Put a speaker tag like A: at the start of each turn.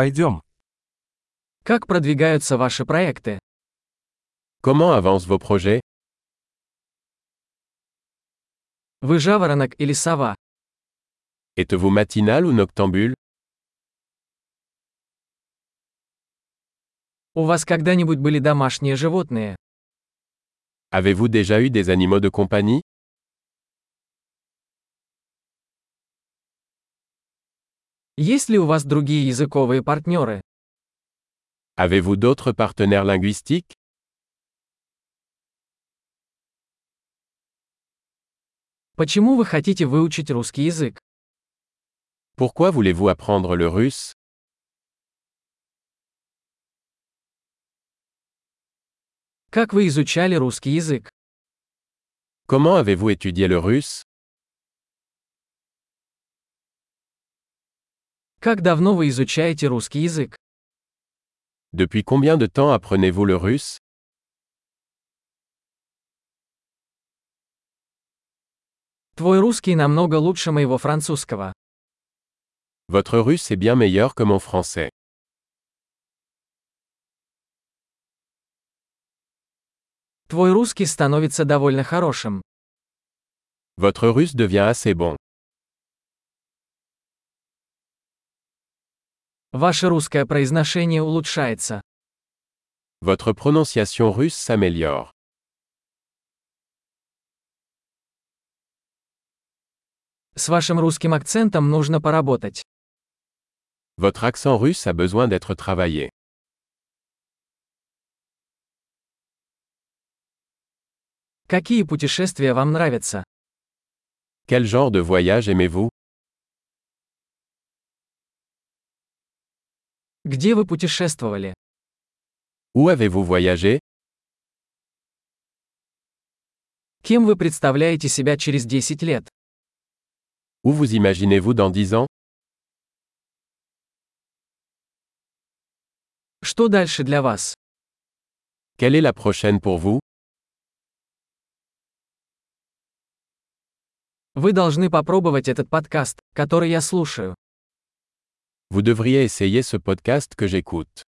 A: Пойдем.
B: Как продвигаются ваши проекты?
C: Comment avancent vos projets
B: Вы жаворонок или сова?
C: Êtes-vous matinal ou noctambule
B: У вас когда-нибудь были домашние животные?
C: Avez-vous déjà eu des animaux de compagnie
B: Есть ли у вас другие языковые партнеры?
C: Avez-vous d'autres partenaires linguistiques
B: Почему вы хотите выучить русский язык?
C: Pourquoi voulez-vous apprendre le russe
B: Как вы изучали русский язык?
C: Comment avez-vous étudié le russe
B: Как давно вы изучаете русский язык?
C: Depuis combien de temps apprenez-vous le russe
B: Твой русский намного лучше моего французского.
C: Votre russe est bien meilleur que mon français.
B: Твой русский становится довольно хорошим.
C: Votre russe devient assez bon.
B: Ваше русское произношение улучшается.
C: Votre prononciation russe s'améliore.
B: С вашим русским акцентом нужно поработать.
C: Votre accent russe a besoin d'être travaillé.
B: Какие путешествия вам нравятся?
C: Quel genre de voyage aimez-vous
B: Где вы путешествовали?
C: Où avez-vous voyagé
B: Кем вы представляете себя через 10 лет?
C: Où vous imaginez-vous dans 10 ans
B: Что дальше для вас?
C: Quelle est la prochaine pour vous
B: Вы должны попробовать этот подкаст, который я слушаю.
C: Vous devriez essayer ce podcast que j'écoute.